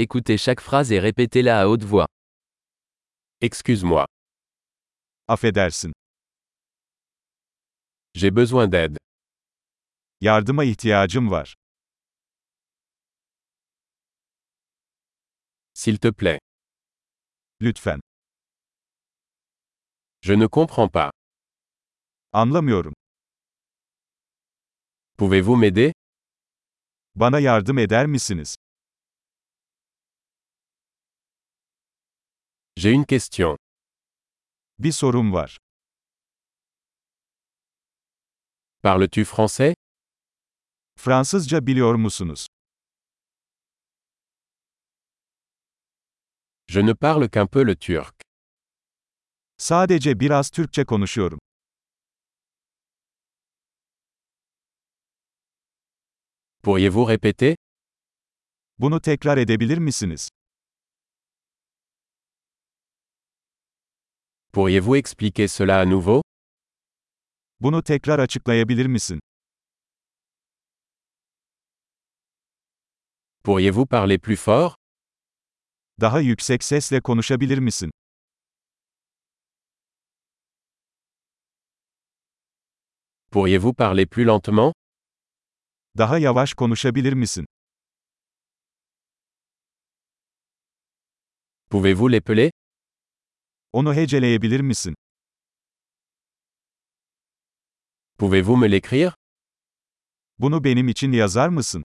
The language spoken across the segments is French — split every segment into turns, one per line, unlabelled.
Écoutez chaque phrase et répétez-la à haute voix.
Excuse-moi,
Affedersin.
j'ai besoin d'aide.
Yardıma ihtiyacım var.
S'il te plaît,
Lütfen.
je ne comprends pas.
Anlamıyorum.
Pouvez-vous m'aider
Bana yardım eder misiniz?
J'ai une question.
Bir sorum var.
Parles-tu français
Fransızca biliyor musunuz?
Je ne parle qu'un peu le turc.
Sadece biraz Türkçe konuşuyorum.
Pourriez-vous répéter
Bunu tekrar edebilir misiniz?
Pourriez-vous expliquer cela à nouveau
Bunu tekrar açıklayabilir misin?
Pourriez-vous parler plus fort
Daha yüksek sesle konuşabilir misin?
Pourriez-vous parler plus lentement
Daha yavaş konuşabilir misin?
Pouvez-vous l'épeler
Onu heceleyebilir misin?
Pouvez-vous me l'écrire
Bunu benim için yazar mısın?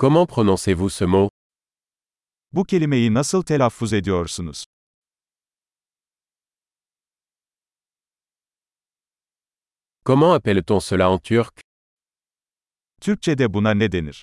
Comment prononcez-vous ce mot
Bu kelimeyi nasıl telaffuz ediyorsunuz?
Comment appelle-t-on cela en turc
Türkçede buna ne denir?